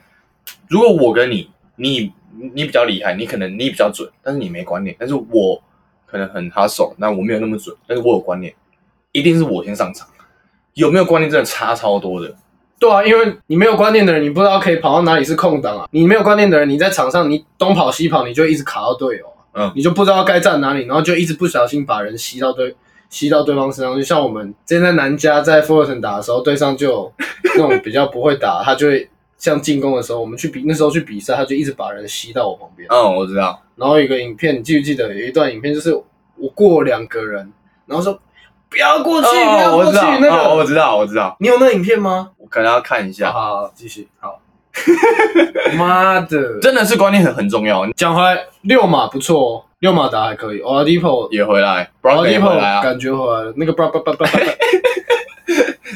Speaker 2: 如果我跟你，你你比较厉害，你可能你比较准，但是你没观念；但是我可能很哈手，那我没有那么准，但是我有观念，一定是我先上场。有没有观念真的差超多的，
Speaker 1: 对啊，因为你没有观念的人，你不知道可以跑到哪里是空档啊。你没有观念的人，你在场上你东跑西跑，你就一直卡到队友、啊，
Speaker 2: 嗯
Speaker 1: 你就不知道该站哪里，然后就一直不小心把人吸到对吸到对方身上。就像我们之前在南加在 Fullerton 打的时候，对上就有那种比较不会打，他就会像进攻的时候，我们去比那时候去比赛，他就一直把人吸到我旁边。
Speaker 2: 嗯，我知道，
Speaker 1: 然后有一个影片，你记不记得有一段影片，就是我过两个人，然后说不要过去，不要
Speaker 2: 哦，
Speaker 1: 过
Speaker 2: 我
Speaker 1: 去
Speaker 2: 知道，
Speaker 1: 那
Speaker 2: 哦，
Speaker 1: 个。
Speaker 2: 我知道，我知道，
Speaker 1: 你有那影片吗？
Speaker 2: 我可能要看一下，
Speaker 1: 好 好，继续。好，妈的！
Speaker 2: 真哦的是观念很很重要。
Speaker 1: 讲回来，六码不错哦，六码打还可以。Oladipo，Oladipo 哦
Speaker 2: 也回来 b r o g d o n 也回来啊
Speaker 1: 感觉回来了，那个叭叭叭叭叭，
Speaker 2: b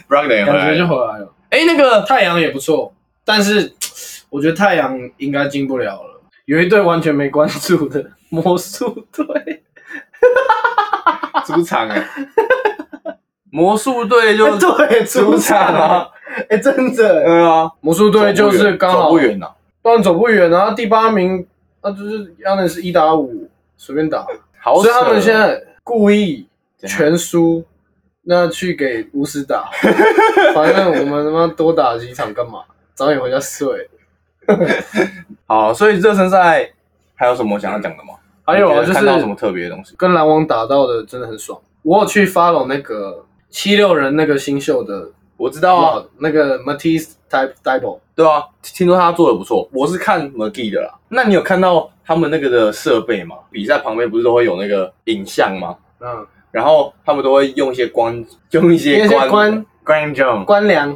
Speaker 2: r o g d o n 也回
Speaker 1: 感
Speaker 2: 来
Speaker 1: 觉就
Speaker 2: 了。
Speaker 1: 回来了。
Speaker 2: 哎，那个
Speaker 1: 太阳也不错，但是我觉得太阳应该进不了了。有一队完全没关注的魔术队，
Speaker 2: 主场哎、魔术队就
Speaker 1: 哎对，主场啊，，哎，真的，
Speaker 2: 对啊，
Speaker 1: 魔术队就是刚
Speaker 2: 走
Speaker 1: 好
Speaker 2: 不，远呐、
Speaker 1: 当然走不远啊，第八名，那就是要那是一打五，随便打。
Speaker 2: 好
Speaker 1: 所
Speaker 2: 扯
Speaker 1: 以
Speaker 2: 哦
Speaker 1: 他们现在故意
Speaker 2: 怎样
Speaker 1: 全输，那去给巫师打，反正我们他妈多打几场干嘛？早点回家睡。
Speaker 2: 好，所以热身赛还有什么想要讲的吗？
Speaker 1: 还有啊，
Speaker 2: 你觉得
Speaker 1: 就
Speaker 2: 看到什么
Speaker 1: 是
Speaker 2: 特别的东西？
Speaker 1: 跟篮网打到的真的很爽。我有去 follow 那个七六人那个新秀的，
Speaker 2: 我知道啊，
Speaker 1: 哇，那个 Matisse Type Double，
Speaker 2: 对啊，听说他做的不错，我是看 McGee 的啦。那你有看到他们那个的设备吗？比赛旁边不是都会有那个影像吗？
Speaker 1: 嗯，
Speaker 2: 然后他们都会用一些观，用一些
Speaker 1: 用一些
Speaker 2: 观
Speaker 1: 观
Speaker 2: 观众，
Speaker 1: 官良，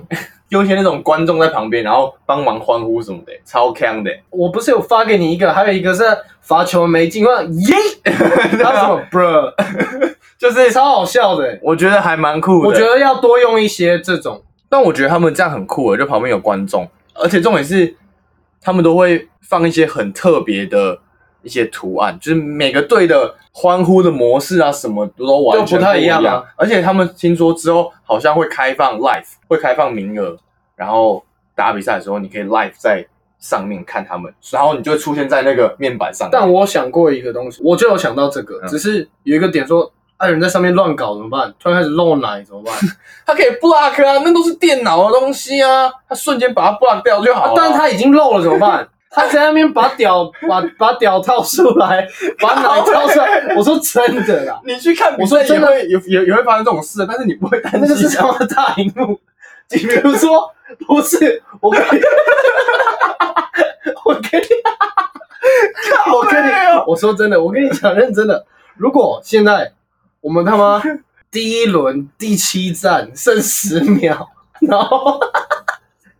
Speaker 2: 用一些那种观众在旁边，然后帮忙欢呼什么的，超强的。
Speaker 1: 我不是有发给你一个，还有一个是罚球没进，我想 耶，他什么 bro，
Speaker 2: 就是
Speaker 1: 啊超好笑的、
Speaker 2: 我觉得还蛮酷的。
Speaker 1: 我觉，得要多用一些这种。
Speaker 2: 但我觉得他们这样很酷的，欸就旁边有观众，而且重点是他们都会放一些很特别的一些图案，就是每个队的欢呼的模式啊，什么都完全
Speaker 1: 都不太
Speaker 2: 一
Speaker 1: 一样啊
Speaker 2: 而且他们听说之后好像会开放 live，会开放名额，然后打比赛的时候你可以 live 在上面看他们，然后你就会出现在那个面板上面。
Speaker 1: 但我想过一个东西，我就有想到这个，
Speaker 2: 嗯
Speaker 1: 只是有一个点说，啊，人在上面乱搞怎么办？突然开始漏奶怎么办？
Speaker 2: 它可以 block 啊，那都是电脑的东西啊，它瞬间把它 block 掉就好了。
Speaker 1: 啊、但是他已经漏了怎 么办？他在那边把屌把把屌掏出 来，把奶掏出来。我说真的啦，
Speaker 2: 你去看比赛
Speaker 1: 我说
Speaker 2: 也
Speaker 1: 真的
Speaker 2: 会也也也会发生这种事，但是你不会担
Speaker 1: 那个
Speaker 2: 心
Speaker 1: 是。什么大荧幕？比如说，不是我跟你，我跟你， 我跟你，我说真的，我跟你讲认真的，如果现在我们他妈第一轮第七站剩十秒，然后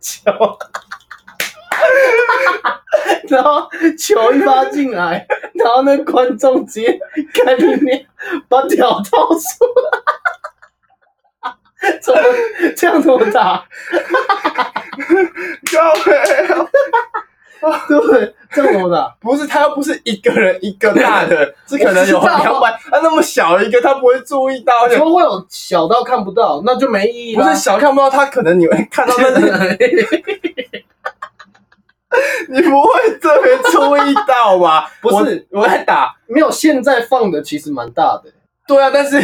Speaker 1: 球然后球一发进来，然后那观众直接看里面把屌掏出来， 怎么这样怎么打？
Speaker 2: 靠北啊
Speaker 1: 对不对？这样怎么打？
Speaker 2: 不是他又不是一个人一个大的，是可能有
Speaker 1: 我知道啊
Speaker 2: 两百，他那么小一个，他不会注意到，而且
Speaker 1: 怎么会有小到看不到？那就没意义
Speaker 2: 不
Speaker 1: 了。
Speaker 2: 是小看不到他，可能你会看到，但 是你不会特别注意到吧？
Speaker 1: 不是
Speaker 2: 我，我在打，
Speaker 1: 没有，现在放的其实蛮大的。
Speaker 2: 对啊，但是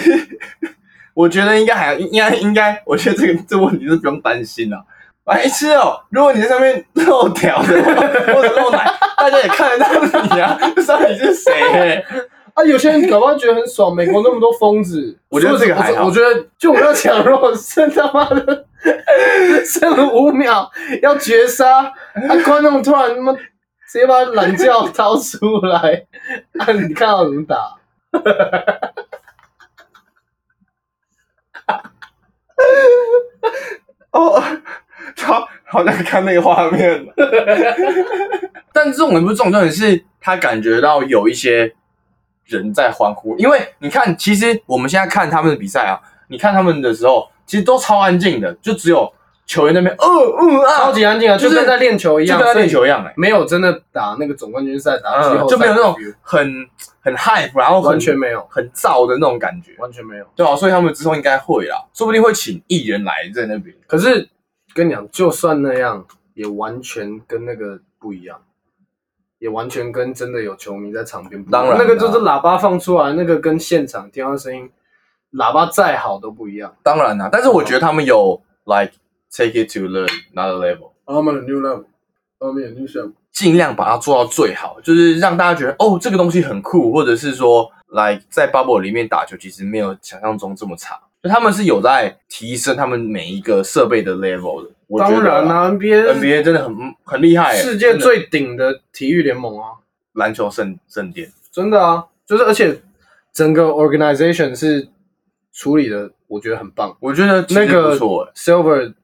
Speaker 2: 我觉得应该还应该应该，我觉得这个这个问题是不用担心啊。白痴哦！如果你在上面漏屌的话 或者漏奶，大家也看得到你啊，就知道你是谁欸、
Speaker 1: 啊，有些人搞不好觉得很爽，美国那么多疯子。
Speaker 2: 我觉得这个还好
Speaker 1: 我觉得就我要讲，如果剩他妈的剩了五秒要绝杀，啊，观众突然他妈直接把懒觉掏出来，啊，你看到怎么
Speaker 2: 啊
Speaker 1: 打？
Speaker 2: 哦，好，好想看那个画面。 但这种人不是重点是，他感觉到有一些人在欢呼，因为你看，其实我们现在看他们的比赛啊，你看他们的时候，其实都超安静的，就只有球员那边，嗯嗯啊，
Speaker 1: 超级安静啊，
Speaker 2: 就
Speaker 1: 就是跟在练球一
Speaker 2: 就
Speaker 1: 样，
Speaker 2: 跟他练球一样哎、
Speaker 1: 没有真的打那个总冠军赛，打嗯季
Speaker 2: 嗯，
Speaker 1: 后赛
Speaker 2: 就没有那种
Speaker 1: 的 feel，
Speaker 2: 很很 hype，然后很
Speaker 1: 完全没有，
Speaker 2: 很燥的那种感觉。
Speaker 1: 完全没有。
Speaker 2: 对啊，所以他们之后应该会啦，说不定会请艺人来在那边。
Speaker 1: 可是跟你讲，就算那样，也完全跟那个不一样，也完全跟真的有球迷在场边不一样。
Speaker 2: 当然啦
Speaker 1: 那个就是喇叭放出来，那个跟现场听到声音，喇叭再好都不一样。
Speaker 2: 当然啊啦，但是我觉得他们有 like take it to the another level，
Speaker 1: I'm on a new level. I'm on a new level.
Speaker 2: 尽量把它做到最好，就是让大家觉得哦这个东西很酷，或者是说 like 在 bubble 里面打球其实没有想象中这么差，就他们是有在提升他们每一个设备的 level 的。我觉
Speaker 1: 当
Speaker 2: 得啊
Speaker 1: 然
Speaker 2: 啦、
Speaker 1: 啦、n b a
Speaker 2: ，NBA 真的很很厉害欸，
Speaker 1: 世界
Speaker 2: 真的
Speaker 1: 最顶的体育联盟啊，
Speaker 2: 篮球圣圣殿。
Speaker 1: 真的啊，就是而且整个 organization 是处理的，我觉得很棒。
Speaker 2: 我觉得其实
Speaker 1: 那个
Speaker 2: 不错欸，
Speaker 1: Silver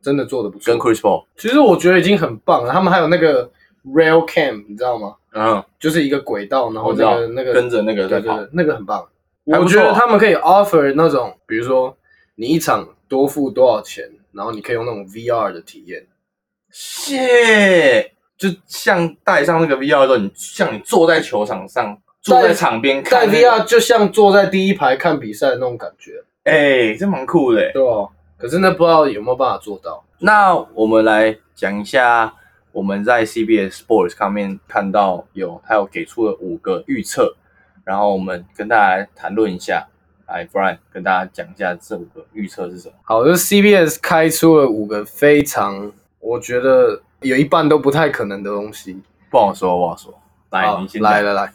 Speaker 1: 真的做的不错，
Speaker 2: 跟 Chris Paul，
Speaker 1: 其实我觉得已经很棒了。他们还有那个 rail cam，你知道吗？
Speaker 2: 嗯，
Speaker 1: 就是一个轨道，然后
Speaker 2: 我知
Speaker 1: 哦那
Speaker 2: 道
Speaker 1: 个那个
Speaker 2: 跟着那个
Speaker 1: 对对
Speaker 2: 在跑
Speaker 1: 对，，那个很棒。
Speaker 2: 还
Speaker 1: 我
Speaker 2: 不
Speaker 1: 觉
Speaker 2: 错啊
Speaker 1: 得他们可以 offer 那种，比如说你一场多付多少钱，然后你可以用那种 VR 的体验。
Speaker 2: 谢，就像戴上那个 VR 之后，你像你坐在球场上，坐在场边
Speaker 1: 戴
Speaker 2: 看、那个
Speaker 1: VR 就像坐在第一排看比赛的那种感觉，
Speaker 2: 哎、这蛮酷的欸。
Speaker 1: 对哦。可是那不知道有没有办法做到。
Speaker 2: 那我们来讲一下我们在 CBS Sports 上面看到有他有给出了五个预测，然后我们跟大家来谈论一下。来，Brian 跟大家讲一下这五个预测是什么。
Speaker 1: 好，就是 CBS 开出了五个非常，我觉得有一半都不太可能的东西。
Speaker 2: 不好说，不好说。来，
Speaker 1: 好
Speaker 2: 你先讲
Speaker 1: 来。来来，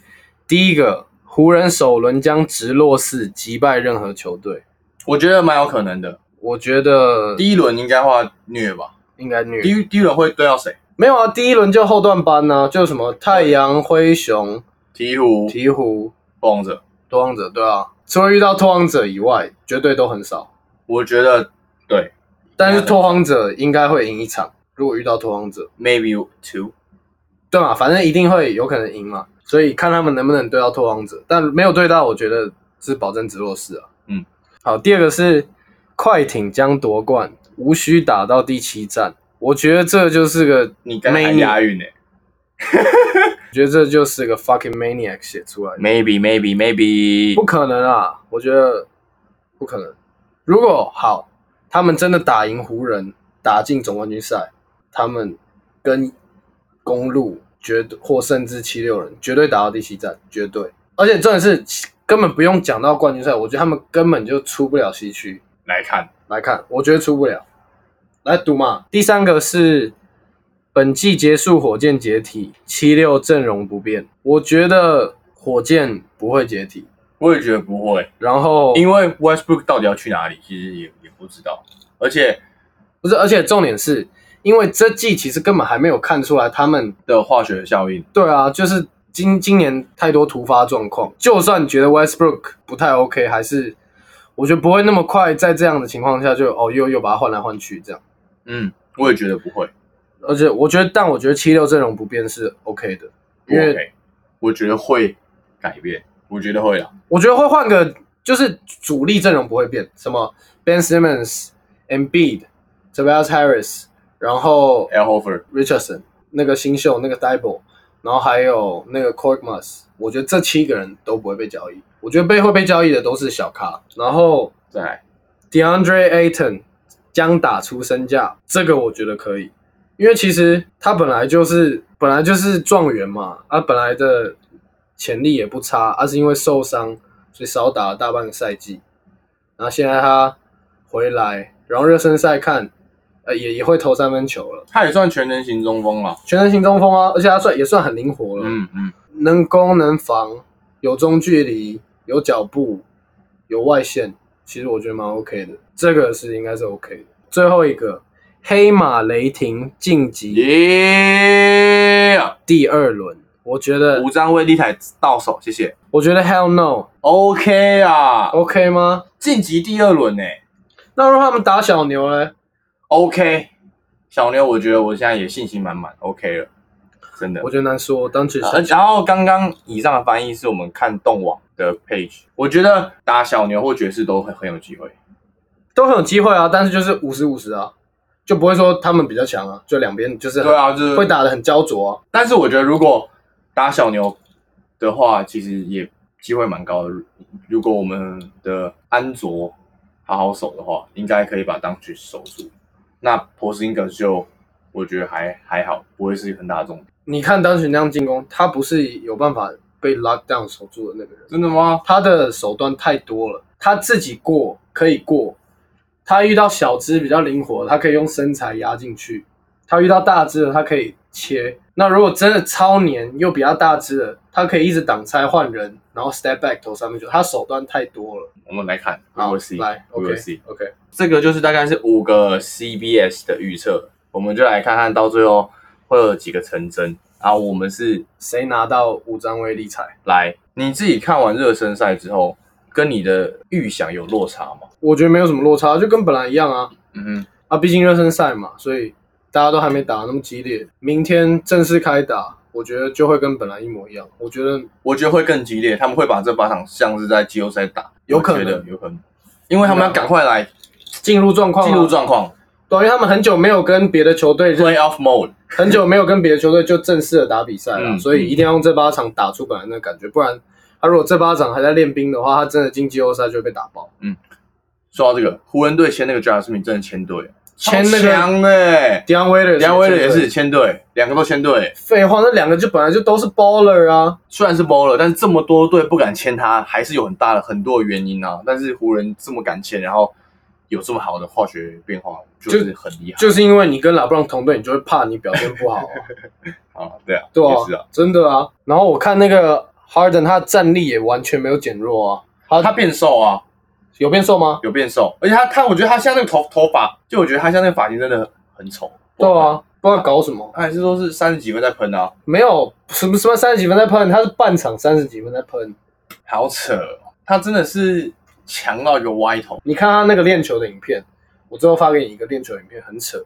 Speaker 1: 第一个，湖人首轮将直落四击败任何球队，
Speaker 2: 我觉得蛮有可能的。
Speaker 1: 我觉得
Speaker 2: 第一轮应该话虐吧。
Speaker 1: 应该虐。
Speaker 2: 第一第一轮会对到谁？
Speaker 1: 没有啊，第一轮就后段班呢、就什么太阳、灰熊、
Speaker 2: 鹈鹕、
Speaker 1: 鹈鹕、
Speaker 2: 暴龙者。
Speaker 1: 拓荒者，对啊，除了遇到拓荒者以外，绝对都很少。
Speaker 2: 我觉得对啊
Speaker 1: 但是拓荒者应该会赢一场，如果遇到拓荒者，
Speaker 2: ，maybe two。
Speaker 1: 对嘛，反正一定会有可能赢嘛，所以看他们能不能对到拓荒者，但没有对到，我觉得是保证直落四啊。
Speaker 2: 嗯，
Speaker 1: 好，第二个是快艇将夺冠，无需打到第七战，我觉得这就是个，
Speaker 2: 你刚才还押韵呢、
Speaker 1: 我觉得这就是个 fucking maniac 写出来的，
Speaker 2: m a y b e maybe maybe
Speaker 1: 不可能啊，我觉得不可能。如果好，他们真的打赢湖人，打进总冠军赛，他们跟公路绝对或甚至七六人绝对打到第七战，绝对。而且重点是根本不用讲到冠军赛，我觉得他们根本就出不了西区。
Speaker 2: 来看，
Speaker 1: 来看，我觉得出不了。来读嘛。第三个是本季结束，火箭解体，七六阵容不变。我觉得火箭不会解体，
Speaker 2: 我也觉得不会，
Speaker 1: 然后
Speaker 2: 因为 Westbrook 到底要去哪里，其实也也不知道。而且
Speaker 1: 不是，而且重点是因为这季其实根本还没有看出来他们
Speaker 2: 的化学效应，
Speaker 1: 对啊，就是今今年太多突发状况，就算觉得 Westbrook 不太 OK，还是我觉得不会那么快在这样的情况下就哦又又把他换来换去这样。
Speaker 2: 嗯，我也觉得不会。
Speaker 1: 而且我觉得，但我觉得七六阵容不变是 OK 的，因为
Speaker 2: OK，我觉得会改变，我觉得会啦。
Speaker 1: 我觉得会换个，就是主力阵容不会变，什么 Ben Simmons、Embiid、Tobias Harris，然后
Speaker 2: L Hofer
Speaker 1: Richardson 那个新秀那个 d i b l e 然后还有那个 c o r k m a s 我觉得这七个人都不会被交易。我觉得被会被交易的都是小咖，然后
Speaker 2: 再来，
Speaker 1: DeAndre Ayton 将打出身价，这个我觉得可以，因为其实他本来就是本来就是状元嘛，他、本来的潜力也不差，他、是因为受伤所以少打了大半个赛季，然后现在他回来，然后热身赛看，呃也也会投三分球了，
Speaker 2: 他也算全能型中锋了。
Speaker 1: 全身型中锋啊，而且他算也算很灵活了，
Speaker 2: 嗯嗯，
Speaker 1: 能攻能防，有中距离，有脚步，有外线，其实我觉得蛮 OK 的，这个是应该是 OK 的。最后一个，黑马雷霆晋级
Speaker 2: 耶、yeah!！
Speaker 1: 第二轮，我觉得
Speaker 2: 五，张威力台到手，谢谢。
Speaker 1: 我觉得 Hell No
Speaker 2: OK 啊，
Speaker 1: OK 吗？
Speaker 2: 晋级第二轮呢、
Speaker 1: 那如果他们打小牛嘞？
Speaker 2: OK，小牛，我觉得我现在也信心满满，OK 了，真的
Speaker 1: 我。觉得难说，当时
Speaker 2: 呃然后刚刚以上的翻译是我们看动网的 page，我觉得打小牛或爵士都很很有机会。
Speaker 1: 都很有机会啊，但是就是五十五十啊，就不会说他们比较强啊，就两边就是很
Speaker 2: 对啊，就是
Speaker 1: 会，打的很焦灼啊。
Speaker 2: 但是我觉得如果打小牛的话，其实也机会蛮高的。如如果我们的安卓好好守的话，应该可以把当局守住。那波斯英格就我觉得还还好，不会是很大的重点。
Speaker 1: 你看当时那样进攻，他不是有办法被 lock down 守住的那个人。
Speaker 2: 真的吗？
Speaker 1: 他的手段太多了，他自己过可以过，他遇到小只比较灵活，他可以用身材压进去；他遇到大只的，他可以切。那如果真的超黏又比较大只的，他可以一直挡拆换人，然后 step back 投三分球，他手段太多了。
Speaker 2: 我们来看，
Speaker 1: 好，
Speaker 2: 我 C，
Speaker 1: 来
Speaker 2: 我 C。
Speaker 1: ，OK OK，
Speaker 2: 这个就是大概是五个 CBS 的预测，我们就来看看到最后会有几个成真。然后我们是
Speaker 1: 谁拿到五张威力彩？
Speaker 2: 来，你自己看完热身赛之后，跟你的预想有落差吗？
Speaker 1: 我觉得没有什么落差，就跟本来一样啊。
Speaker 2: 嗯哼，
Speaker 1: 啊，毕竟热身赛嘛，所以大家都还没打那么激烈。明天正式开打，我觉得就会跟本来一模一样。我觉得
Speaker 2: 我觉得会更激烈，他们会把这八场像是在季后赛打，
Speaker 1: 有可能
Speaker 2: 我觉得有可能，因为他们要赶快来
Speaker 1: 进入状况、啊，
Speaker 2: 进入状况
Speaker 1: 对啊，因为他们很久没有跟别的球队，
Speaker 2: ，playoff mode。
Speaker 1: 很久没有跟别的球队就正式的打比赛了，
Speaker 2: 嗯
Speaker 1: 所以一定要用这八场打出本来那感觉，不然他如果这八场还在练兵的话，他真的进季后赛就会被打爆。
Speaker 2: 说到这个，湖人队签那个 j a s m i n 真的签对了，
Speaker 1: 签那个
Speaker 2: 强哎、欸，
Speaker 1: 梁威的，
Speaker 2: 梁威的也是，签对，两个都签对、
Speaker 1: 废话，那两个就本来就都是 baller 啊，
Speaker 2: 虽然是 b 了，但是这么多队不敢签他，还是有很大的很多的原因啊。但是湖人这么敢签，然后有这么好的化学变化，就是很厉害。
Speaker 1: 就是因为你跟拉布朗同队，你就会怕你表现不好、啊。
Speaker 2: 啊，对啊，
Speaker 1: 对啊，
Speaker 2: 也是啊。
Speaker 1: 真的啊。然后我看那个 Harden，他的战力也完全没有减弱啊。他
Speaker 2: 他变瘦啊，
Speaker 1: 有变瘦吗？
Speaker 2: 有变瘦，而且他他，我觉得他像那个头头发，就我觉得他像那个发型真的很丑。
Speaker 1: 对啊，不知道搞什么。
Speaker 2: 他还是说是三十几分在喷啊，
Speaker 1: 没有什么什么三十几分在喷，他是半场三十几分在喷。
Speaker 2: 好扯哦。他真的是强到一个歪头，
Speaker 1: 你看他那个练球的影片，我最后发给你一个练球影片，很扯。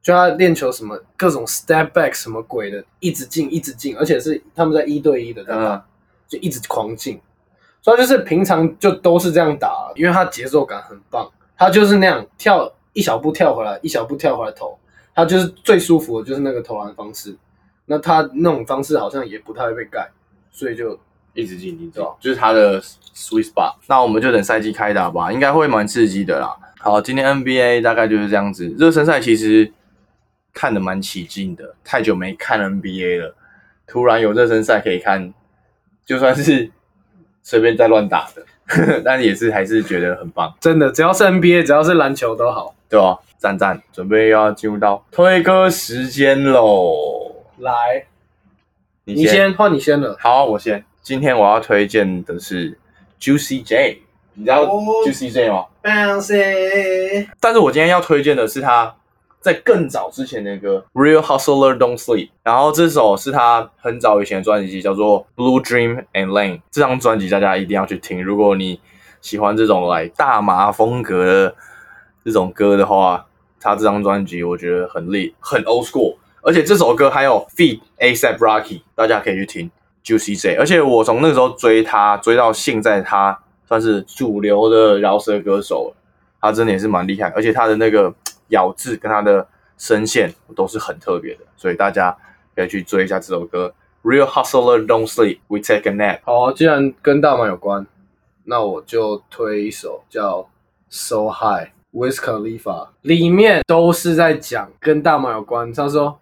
Speaker 1: 就他练球什么各种 step back 什么鬼的，一直进一直进，而且是他们在一对一的在打，
Speaker 2: 嗯，
Speaker 1: 就一直狂进。所以他就是平常就都是这样打，因为他节奏感很棒，他就是那样跳一小步跳回来，一小步跳回来投，他就是最舒服的就是那个投篮方式。那他那种方式好像也不太会被盖，所以就
Speaker 2: 一直进，一直
Speaker 1: 对
Speaker 2: 进
Speaker 1: 啊，
Speaker 2: 就是他的 sweet spot。那我们就等赛季开打吧，应该会蛮刺激的啦。好，今天 NBA 大概就是这样子。热身赛其实看的蛮起劲的，太久没看 NBA 了，突然有热身赛可以看，就算是随便在乱打的， 但也是还是觉得很棒，
Speaker 1: 真的只要是 NBA，只要是篮球都好。
Speaker 2: 对吧、赞赞，准备要进入到推歌时间喽。
Speaker 1: 来，
Speaker 2: 你
Speaker 1: 你先换你先了。
Speaker 2: 好，我先。今天我要推荐的是 Juicy J，你知道
Speaker 1: 哦
Speaker 2: Juicy J 吗？
Speaker 1: Bouncy，
Speaker 2: 但是我今天要推荐的是他在更早之前的歌《Real Hustler Don't Sleep》，然后这首是他很早以前的专辑，叫做《Blue Dream and Lane》。这张专辑大家一定要去听，如果你喜欢这种来大麻风格的这种歌的话，他这张专辑我觉得很厉，很 old school，而且这首歌还有 feat ASAP Rocky，大家可以去听 Juicy J，而且我从那时候追他追到现在，他算是主流的饶舌歌手了，他真的也是蛮厉害，而且他的那个咬字跟他的声线都是很特别的，所以大家可以去追一下这首歌。Real hustler don't sleep, we take a nap。
Speaker 1: 好，既然跟大麻有关，那我就推一首叫《So High》Wiz Khalifa，里面都是在讲跟大麻有关。他说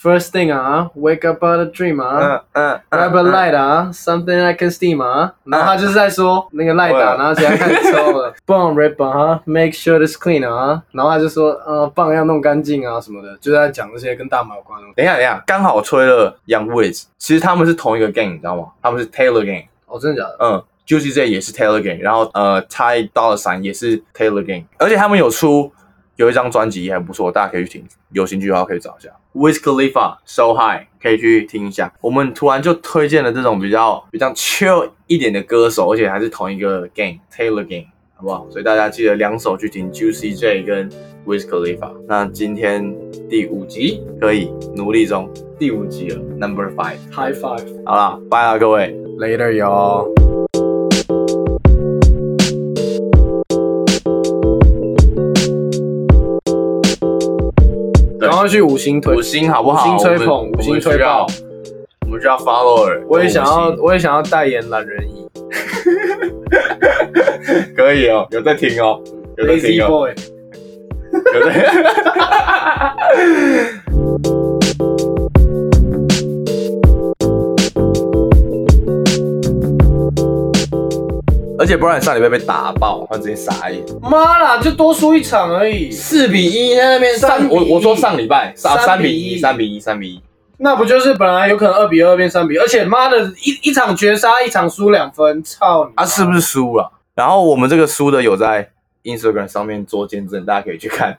Speaker 1: ，First thing 啊，Wake up but a dream 啊。
Speaker 2: 嗯嗯
Speaker 1: Grab a light 啊，something I can steam 啊，然后他就是在说那个 light 啊，
Speaker 2: 嗯
Speaker 1: 然后谁要看抽 了，bong red bong 啊，make sure it's clean 啊，然后他就说呃棒要弄干净啊什么的，就在讲这些跟大麻有关的东西。
Speaker 2: 等一下，等一下，刚好吹了 Young Wiz，其实他们是同一个 gang，你知道吗？他们是 Taylor gang，
Speaker 1: 哦，真的假的？
Speaker 2: 嗯，Juicy J 也是 Taylor gang，然后呃，Ty Dolla Sign 也是 Taylor gang，而且他们有出有一张专辑也很不错，大家可以去听，有兴趣的话可以找一下。Wiz Khalifa So High 可以去听一下。我们突然就推荐了这种比较比较 chill 一点的歌手，而且还是同一个 gang Taylor gang，好不好？所以大家记得两首去听 Juicy J 跟 Wiz Khalifa。那今天第五集可以努力中，第五集了，Number Five。
Speaker 1: High five
Speaker 2: 好啦，拜啦各位。
Speaker 1: later y'all。
Speaker 2: 对
Speaker 1: 赶快去五星推
Speaker 2: 五，星好不好？
Speaker 1: 五星吹捧
Speaker 2: 我们
Speaker 1: 五星吹爆，
Speaker 2: 我们需要我们需要 follower。
Speaker 1: 我也想要
Speaker 2: 五，星
Speaker 1: 我也想要代言懒人椅
Speaker 2: 可以哦，有在听哦，有在听
Speaker 1: 嗯，Lazy
Speaker 2: 哦，
Speaker 1: Boy。
Speaker 2: 有在。 而且不然上礼拜被打爆，他直接傻眼，
Speaker 1: 妈啦，就多输一场而已，
Speaker 2: 四比一在那边
Speaker 1: 三
Speaker 2: 三，
Speaker 1: 比一
Speaker 2: 我我说上礼拜啊
Speaker 1: 三
Speaker 2: 三
Speaker 1: 比
Speaker 2: 比
Speaker 1: 一
Speaker 2: 一，三比一，三比一，
Speaker 1: 那不就是本来有可能二比二变三比，而且妈的一一场绝杀，一场输两分，操你妈！
Speaker 2: 啊，是不是输了？然后我们这个输的有在 Instagram 上面做见证，大家可以去看。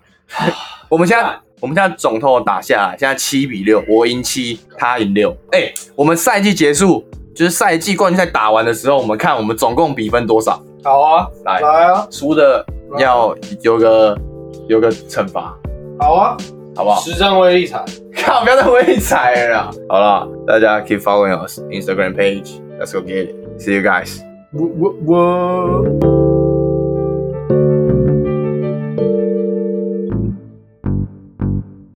Speaker 2: 我们现在我们现在总投打下来，现在七比六，我赢七，他赢六。哎、我们赛季结束，就是赛季冠军赛打完的时候，我们看我们总共比分多少，
Speaker 1: 好啊，
Speaker 2: 来
Speaker 1: 来啊，
Speaker 2: 输的要有个有个惩罚，
Speaker 1: 好啊，
Speaker 2: 好不好？
Speaker 1: 实战威力彩，
Speaker 2: 靠，不要再微踩了啦。好了，大家 keep following us Instagram page，let's go get it，see you guys。
Speaker 1: 我我我。